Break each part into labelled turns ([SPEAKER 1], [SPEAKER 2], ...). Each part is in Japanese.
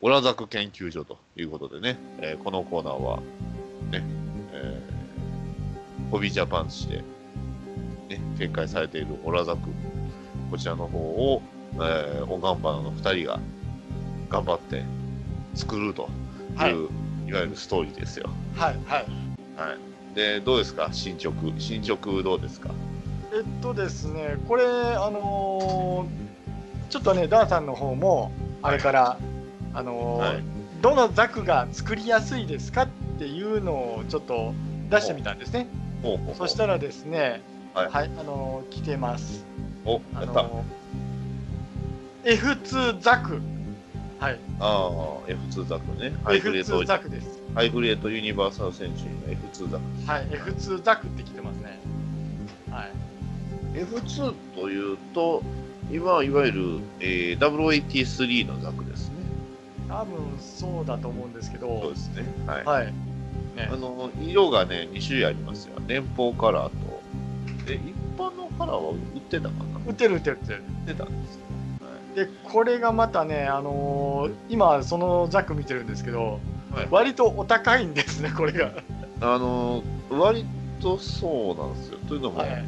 [SPEAKER 1] オラザク研究所ということでね、えーこのコーナーは、ね、えーホビージャパン誌で、ね、展開されているオラザク、こちらの方を、えー、オガンバナの2人が頑張って作るという、
[SPEAKER 2] はいい、
[SPEAKER 1] わゆるストーリーですよ。
[SPEAKER 2] はいはい
[SPEAKER 1] はい。で、どうですか進捗。進捗どうですか
[SPEAKER 2] えっとですねこれあのーちょっとねダンさんの方もあれから、あのー
[SPEAKER 1] はい。
[SPEAKER 2] どのザクが作りやすいですかっていうのをちょっと出してみたんですね
[SPEAKER 1] ほうほうほう
[SPEAKER 2] そしたらですね
[SPEAKER 1] はい
[SPEAKER 2] あのー来てます
[SPEAKER 1] お、や
[SPEAKER 2] あ
[SPEAKER 1] った。
[SPEAKER 2] のー F2 ザクはい、
[SPEAKER 1] ああ、F2 ザクね。ハイグレー
[SPEAKER 2] F2 ザ
[SPEAKER 1] ト、
[SPEAKER 2] クです
[SPEAKER 1] ハイグレートユニバーサルセンチュリーの F2 ザク。
[SPEAKER 2] はい F2 ザクって来てますねはい
[SPEAKER 1] F2 というと、今、いわゆる、えー、W83 のザクですね。
[SPEAKER 2] 多分そうだと思うんですけど
[SPEAKER 1] そうですね。はい。
[SPEAKER 2] はいね
[SPEAKER 1] あの、色がね、2種類ありますよ。連邦カラーと。え、一般のカラーは売ってたかな
[SPEAKER 2] 打てる打てる打てる
[SPEAKER 1] 売ってたんですよ。
[SPEAKER 2] でこれがまたね、あのー今そのザック見てるんですけど、
[SPEAKER 1] はい
[SPEAKER 2] 割とお高いんですねこ れが、
[SPEAKER 1] あの、割とそうなんですよ。というのも、
[SPEAKER 2] はい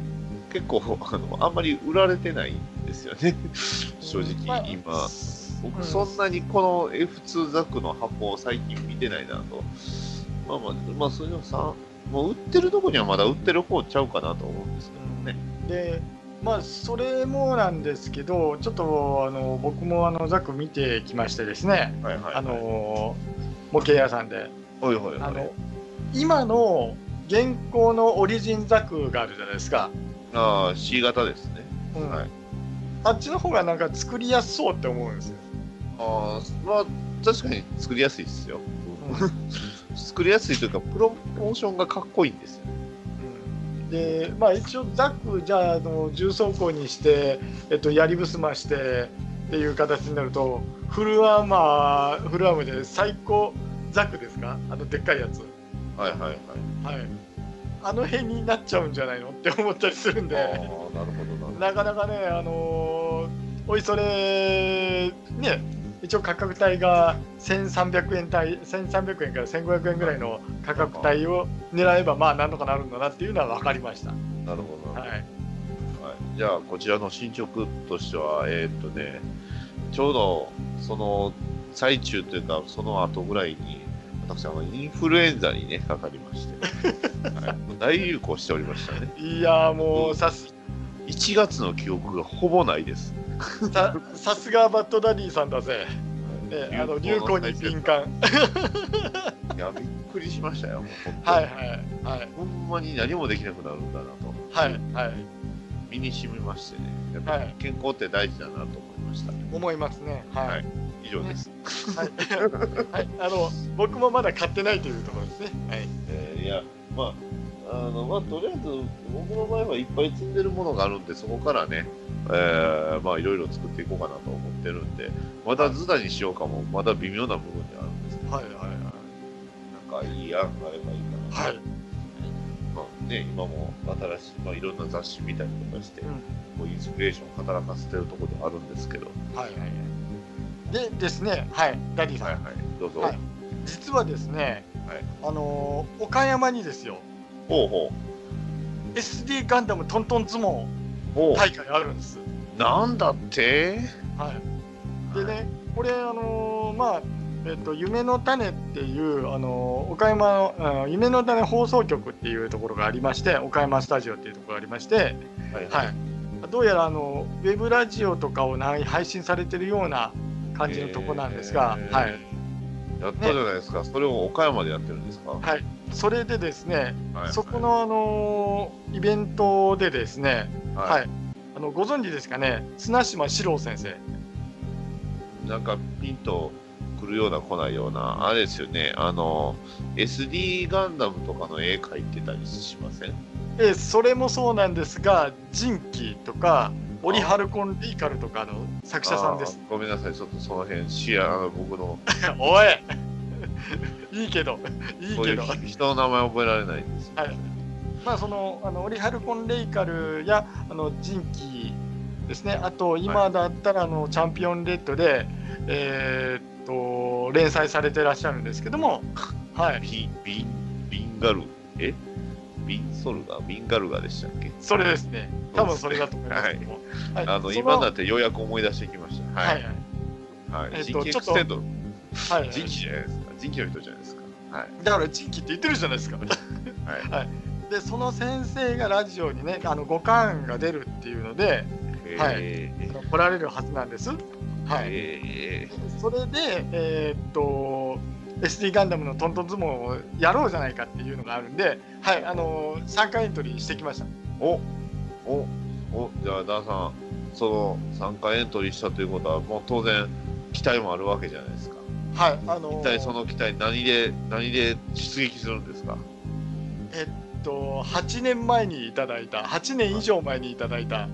[SPEAKER 1] 結構あの、あんまり売られてないんですよね。正直、
[SPEAKER 2] まあ
[SPEAKER 1] 今。
[SPEAKER 2] う
[SPEAKER 1] 僕
[SPEAKER 2] ん
[SPEAKER 1] そんなにこの F2 ザクの箱を最近見てないなと。まあまあ、まあ、それでもさ、もう売ってるとこにはまだ売ってる方ちゃうかなと思うんですけどね。
[SPEAKER 2] でまあそれもなんですけどちょっとあの僕もあのザック見てきましてですね、
[SPEAKER 1] はいはい、はい。
[SPEAKER 2] あ、のー模型屋さんで
[SPEAKER 1] はいはいはい。
[SPEAKER 2] あの今の現行のオリジンザックがあるじゃないですか、
[SPEAKER 1] ああ、C 型ですね。
[SPEAKER 2] うん
[SPEAKER 1] はい
[SPEAKER 2] あっちの方がなんか作りやすそうって思うんですよ、
[SPEAKER 1] ああ、まあ、確かに作りやすいですよ。
[SPEAKER 2] うん
[SPEAKER 1] 作りやすいというか、プロモーションがかっこいいんですよ。
[SPEAKER 2] でまあ、一応、ザックじゃああの重装甲にして、えっと、槍ぶすましてっていう形になるとフルアーマーフルアームで最高ザックですかあのでっかいやつ、
[SPEAKER 1] はいはいはい。
[SPEAKER 2] はい、あの辺になっちゃうんじゃないのって思ったりするん
[SPEAKER 1] ああ、なる
[SPEAKER 2] で
[SPEAKER 1] ほどなるほど。
[SPEAKER 2] なかなかね、あのーおいそれ、ね、一応価格帯が1300円帯1300円から1500円ぐらいの価格帯を狙えばまあなんとかなるんだなっていうのは分かりました。
[SPEAKER 1] なるほど。
[SPEAKER 2] はい
[SPEAKER 1] はい、じゃあこちらの進捗としてはえーっとねちょうどその最中というかその後ぐらいに私あのインフルエンザにねかかりまして、はい、大流行しておりましたね
[SPEAKER 2] いやーも うさす
[SPEAKER 1] 1月の記憶がほぼないです
[SPEAKER 2] ささすがバッドダディさんだぜ、ね、あの流行に敏感
[SPEAKER 1] いやびっくりしましたよもう本当に
[SPEAKER 2] はいはいはい
[SPEAKER 1] ほんまに何もできなくなるんだなと
[SPEAKER 2] はいはい
[SPEAKER 1] 身に染みましてねやっぱ
[SPEAKER 2] は
[SPEAKER 1] り
[SPEAKER 2] い
[SPEAKER 1] 健康って大事だなと思いました、
[SPEAKER 2] 思いますねはい
[SPEAKER 1] は
[SPEAKER 2] はいい、
[SPEAKER 1] 以上です、
[SPEAKER 2] はい、あの僕もまだ買ってないというところですねはい
[SPEAKER 1] えーいや、まあ、あの、まあ、とりあえず、僕の場合はいっぱい積んでるものがあるんで、そこからね、えーまあ、いろいろ作っていこうかなと思ってるんで、また図だにしようかも、まだ微妙な部分にはあるんですけど、
[SPEAKER 2] はいはい
[SPEAKER 1] なんかいい案があればいいかな。
[SPEAKER 2] はい、
[SPEAKER 1] まあね、今も新しい、まあ、いろんな雑誌見たりとかして、
[SPEAKER 2] うん
[SPEAKER 1] こうインスピレーションを働かせてるところではあるんですけど、
[SPEAKER 2] はいはいでですねはいダディさん、
[SPEAKER 1] はいはい、どうぞ。
[SPEAKER 2] はい実はですね、
[SPEAKER 1] はい
[SPEAKER 2] あのー岡山にですよ
[SPEAKER 1] ほうほ
[SPEAKER 2] SD ガンダムトントン相撲
[SPEAKER 1] う。ほう、
[SPEAKER 2] 大会あるんです
[SPEAKER 1] なんだって
[SPEAKER 2] はい、でね、これ、あのーまあえっと、夢の種っていう、あのー岡山の、うん夢の種放送局っていうところがありまして、岡山スタジオっていうところがありまして、
[SPEAKER 1] はい
[SPEAKER 2] はい、どうやらあのウェブラジオとかをな配信されてるような感じのとこなんですが、
[SPEAKER 1] えー
[SPEAKER 2] はい、
[SPEAKER 1] やったじゃないですか、それを岡山でやってるんですか、は
[SPEAKER 2] それでですね、
[SPEAKER 1] い
[SPEAKER 2] そこ、の、あのーイベントでですね、
[SPEAKER 1] はい
[SPEAKER 2] はいあのご存知ですかね、綱島史郎先生。
[SPEAKER 1] なんかピンとくるような来ないようなあれですよねあの SD ガンダムとかの絵描いてたりしません
[SPEAKER 2] でそれもそうなんですがジンキーとかオリハルコン・リーカルとかの作者さんです
[SPEAKER 1] あーごめんなさいちょっとその辺視野あの僕の
[SPEAKER 2] おいい いけど いい
[SPEAKER 1] そう
[SPEAKER 2] け
[SPEAKER 1] い
[SPEAKER 2] ど
[SPEAKER 1] う人の名前覚えられないんですよ、
[SPEAKER 2] はいまあそのあのオリハルコン・レイカルやあのジンキーですねあと今だったらあのチャンピオンレッドで、えーっとの連載されてらっしゃるんですけども、はい、
[SPEAKER 1] ビビビンガルえビンソルガビンガルガでしたっけ
[SPEAKER 2] それですね、多分それだと思いますけども、はい
[SPEAKER 1] あの今になってようやく思い出してきました。
[SPEAKER 2] は
[SPEAKER 1] はいい。はい。
[SPEAKER 2] えっと
[SPEAKER 1] 人気エクステンド、人
[SPEAKER 2] そのはい、
[SPEAKER 1] 気じゃないですか。人気の人じゃないですか。はい。
[SPEAKER 2] だから地域って言ってるじゃないですか。
[SPEAKER 1] はい。
[SPEAKER 2] でその先生がラジオにねあの五感が出るっていうのではい
[SPEAKER 1] えー
[SPEAKER 2] 来られるはずなんです。はい、
[SPEAKER 1] え
[SPEAKER 2] それでえーっと SD ガンダムのトントン相撲をやろうじゃないかっていうのがあるんで、はいあの参加エントリーしてきました。
[SPEAKER 1] ーおおおじゃあダーさんその参加エントリーしたということはもう当然期待もあるわけじゃないですか。
[SPEAKER 2] はいあの
[SPEAKER 1] 一体その期待何で何で出撃するんですか。
[SPEAKER 2] えっと8年前にいただいた8年以上前にいただいた
[SPEAKER 1] はい。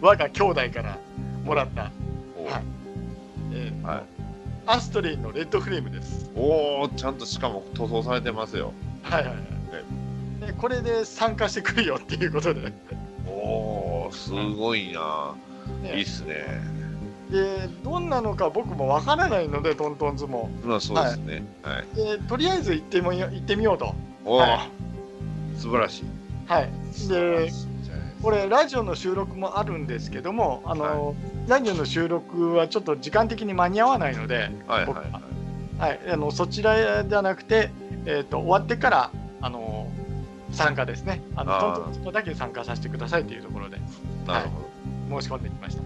[SPEAKER 2] 我が兄弟からもらった、
[SPEAKER 1] お
[SPEAKER 2] はいえー
[SPEAKER 1] はい
[SPEAKER 2] アストレインのレッドフレームです。
[SPEAKER 1] おーちゃんとしかも塗装されてますよ。
[SPEAKER 2] はいはいはい。でこれで参加してくるよっていうことで、ね、
[SPEAKER 1] おおすごいな。いいっすね。
[SPEAKER 2] でどんなのか僕もわからないのでトントン相撲
[SPEAKER 1] まあそうですね。はい。
[SPEAKER 2] でとりあえず行ってもよ行ってみようと
[SPEAKER 1] おお、
[SPEAKER 2] は
[SPEAKER 1] 素晴らしい。
[SPEAKER 2] はい
[SPEAKER 1] 素晴ら
[SPEAKER 2] で
[SPEAKER 1] しいじゃないですか
[SPEAKER 2] これラジオの収録もあるんですけどもあの、ラジオの収録はちょっと時間的に間に合わないので、
[SPEAKER 1] はい
[SPEAKER 2] 僕
[SPEAKER 1] はいはい。
[SPEAKER 2] はい、あのそちらじゃなくて、えー、と終わってからあの参加ですねあの
[SPEAKER 1] あー
[SPEAKER 2] トントン相撲だけ参加させてくださいというところで
[SPEAKER 1] なるほど。
[SPEAKER 2] 申し込んできまし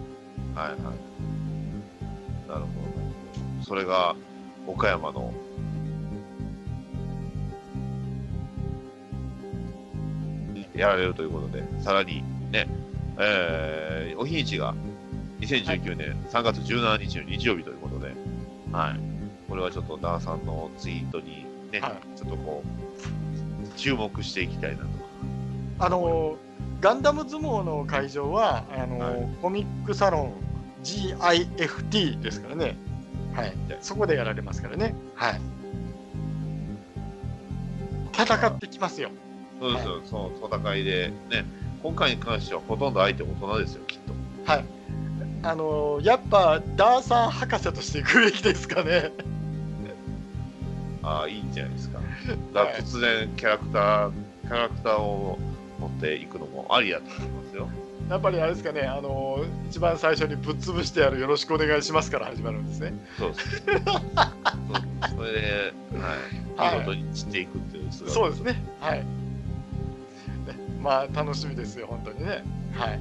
[SPEAKER 2] た
[SPEAKER 1] はいはい。なるほど。それが岡山の。やられるということで、さらにね、えーお日にちが2019年3月17日の日曜日ということで、はい。これはちょっとダーさんのツイートにね、
[SPEAKER 2] は
[SPEAKER 1] ちょっとこう、注目していきたいなと。
[SPEAKER 2] あのガンダム相撲の会場はあの、
[SPEAKER 1] はい
[SPEAKER 2] コミックサロン GIFT ですからね、はい
[SPEAKER 1] はい、
[SPEAKER 2] そこでやられますからね、はい、戦ってきますよ
[SPEAKER 1] そうですよ、その戦いで、ね、今回に関してはほとんど相手大人ですよ、きっと。
[SPEAKER 2] はいあのやっぱダーさん博士としていくべきですかね
[SPEAKER 1] ああ、いいんじゃないですか。だから突然キャラクター、キャラクターを持っていくのもありやと思いますよ。
[SPEAKER 2] やっぱりあれですかねあの一番最初にぶっ潰してやるよろしくお願いしますから始まるんですね
[SPEAKER 1] そうですね。そうそれで、はい、
[SPEAKER 2] はい
[SPEAKER 1] 見事に散っていくっていう姿
[SPEAKER 2] そうですねはいねまあ楽しみですよ本当にねはい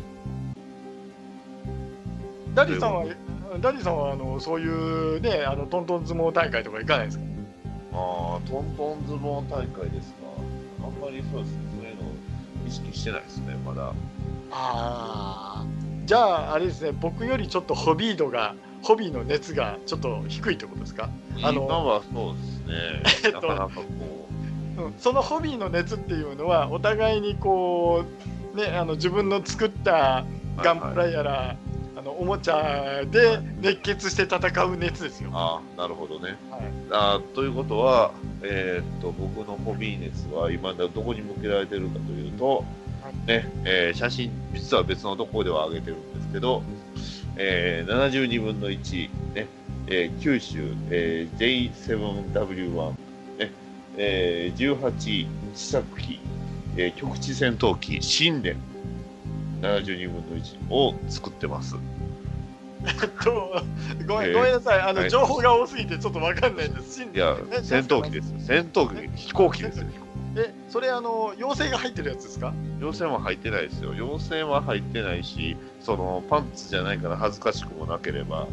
[SPEAKER 2] ダリーさんはダリーさんはあのそういうねあのトントン相撲大会とか行かないですか
[SPEAKER 1] ああ、トントン相撲大会ですか。あんまりそうですね、そういうのを意識してないですね、まだ。
[SPEAKER 2] ああじゃああれですね僕よりちょっとホビー度がホビーの熱がちょっと低いってことですか、あの
[SPEAKER 1] 今はそうですね、
[SPEAKER 2] えっ
[SPEAKER 1] な
[SPEAKER 2] と
[SPEAKER 1] かなかこう、
[SPEAKER 2] うん、そのホビーの熱っていうのはお互いにこうねあの自分の作ったガンプ
[SPEAKER 1] はいはい
[SPEAKER 2] ラやら、あのおもちゃで熱血して戦う熱ですよ、
[SPEAKER 1] ああ、なるほどね。
[SPEAKER 2] はい
[SPEAKER 1] あーということは、えーっと僕のホビー熱は今どこに向けられてるかというと、
[SPEAKER 2] は
[SPEAKER 1] ねえー写真実は別のところでは上げてるんですけど、えー72分の1、ねえー九州、えー J7W1、ねえー18試作機、えー局地戦闘機新年72分の1を作ってます。
[SPEAKER 2] とごめん、
[SPEAKER 1] えー
[SPEAKER 2] ごめんなさい、あの、
[SPEAKER 1] はい
[SPEAKER 2] 情報が多すぎてちょっとわかんないです。しん
[SPEAKER 1] いや
[SPEAKER 2] え
[SPEAKER 1] 戦闘機ですよ戦闘機
[SPEAKER 2] え
[SPEAKER 1] 飛行機ですよ飛行機
[SPEAKER 2] え、それあの妖精が入ってるやつですか？
[SPEAKER 1] 要線は入ってないですよ。要線は入ってないし、そのパンツじゃないから恥ずかしくもなければ、
[SPEAKER 2] はい。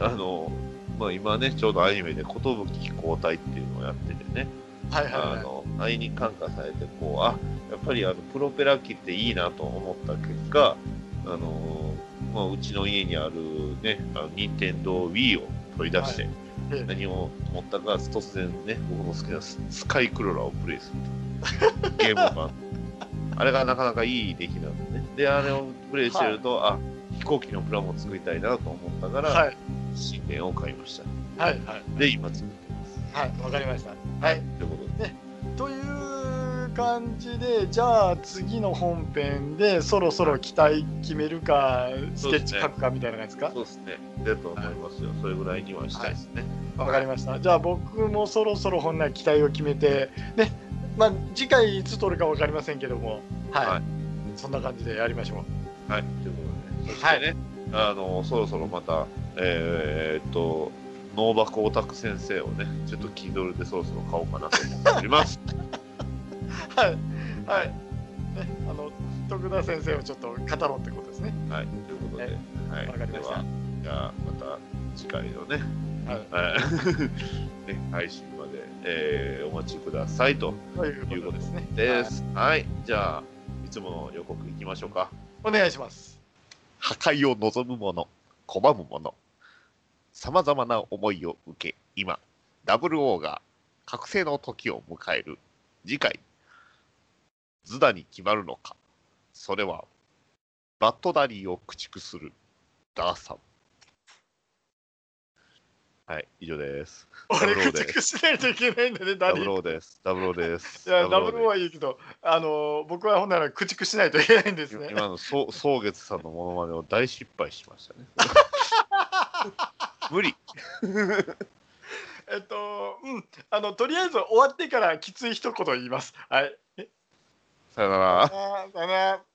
[SPEAKER 1] あの、まあ、今ね、ちょうどアニメで寿交代っていうのをやっててね、
[SPEAKER 2] はいはい
[SPEAKER 1] あ
[SPEAKER 2] は
[SPEAKER 1] の、あれに感化されて、こう、あ、やっぱりあの、プロペラ機っていいなと思った結果、あの、まあ、うちの家にあるね、あの、任天堂 Wii を取り出して、
[SPEAKER 2] いええ。
[SPEAKER 1] 何を思ったか突然ね僕の好きなススカイクロラをプレイするとゲーム 版あれがなかなかいい出来なんでねであれをプレイしてると、あ飛行機のプラモ作りたいなと思ったから、
[SPEAKER 2] はい
[SPEAKER 1] 新年を買いました
[SPEAKER 2] はいはい
[SPEAKER 1] で今作ってます
[SPEAKER 2] はいわかりました。はい。
[SPEAKER 1] ということで
[SPEAKER 2] といういう感じでじゃあ次の本編でそろそろ期待決めるかスケッチ書くかみたいなやつか
[SPEAKER 1] そうですね。だと思いますよ。それぐらいにはしたいですね。
[SPEAKER 2] わかりましたじゃあ僕もそろそろ本来期待を決めてねまあ次回いつ撮るかわかりませんけどもはい、
[SPEAKER 1] はい
[SPEAKER 2] そんな感じでやりましょ
[SPEAKER 1] はい。ということで、そしてね、あの、そろそろまた、えーっと、ノーバコオタク先生をね、ちょっと Kindle でそろそろ買おうかなと思っており ます。
[SPEAKER 2] うはいはい、ね、 あの徳田先生をちょっと語ろうってことですね
[SPEAKER 1] はい。ということで、はい。
[SPEAKER 2] わかり
[SPEAKER 1] で
[SPEAKER 2] ました
[SPEAKER 1] は、じゃあ、また次回のね、
[SPEAKER 2] はい
[SPEAKER 1] はい。 ね、配信まで、えーお待ちくださいと
[SPEAKER 2] という
[SPEAKER 1] いうこ
[SPEAKER 2] こ
[SPEAKER 1] とと
[SPEAKER 2] で
[SPEAKER 1] ですす
[SPEAKER 2] ね
[SPEAKER 1] はい。じゃあ、いつもの予告いきましょうか。
[SPEAKER 2] お願いします
[SPEAKER 1] 破壊を望む者、拒む者、さまざまな思いを受け、今、WO が覚醒の時を迎える。次回、ズダに決まるのか。それは、バッドダリーを駆逐する、ダーさん。はい、以上です。
[SPEAKER 2] 俺
[SPEAKER 1] ダブロー
[SPEAKER 2] 駆
[SPEAKER 1] で
[SPEAKER 2] 逐しないといけないんだねダ
[SPEAKER 1] ダ
[SPEAKER 2] リ
[SPEAKER 1] ブ
[SPEAKER 2] ー
[SPEAKER 1] ルオーです。ダブルオーです。
[SPEAKER 2] いやダブ
[SPEAKER 1] ル
[SPEAKER 2] ルはいいけどあの僕はほんなら駆逐しないといけないんですね
[SPEAKER 1] 今のそう宗月さんのモノマネを大失敗しました ね。無理。
[SPEAKER 2] えっと、うん、あの、とりあえず終わってからきつい一言言います。はい。
[SPEAKER 1] さよなら
[SPEAKER 2] あ。ーさよなら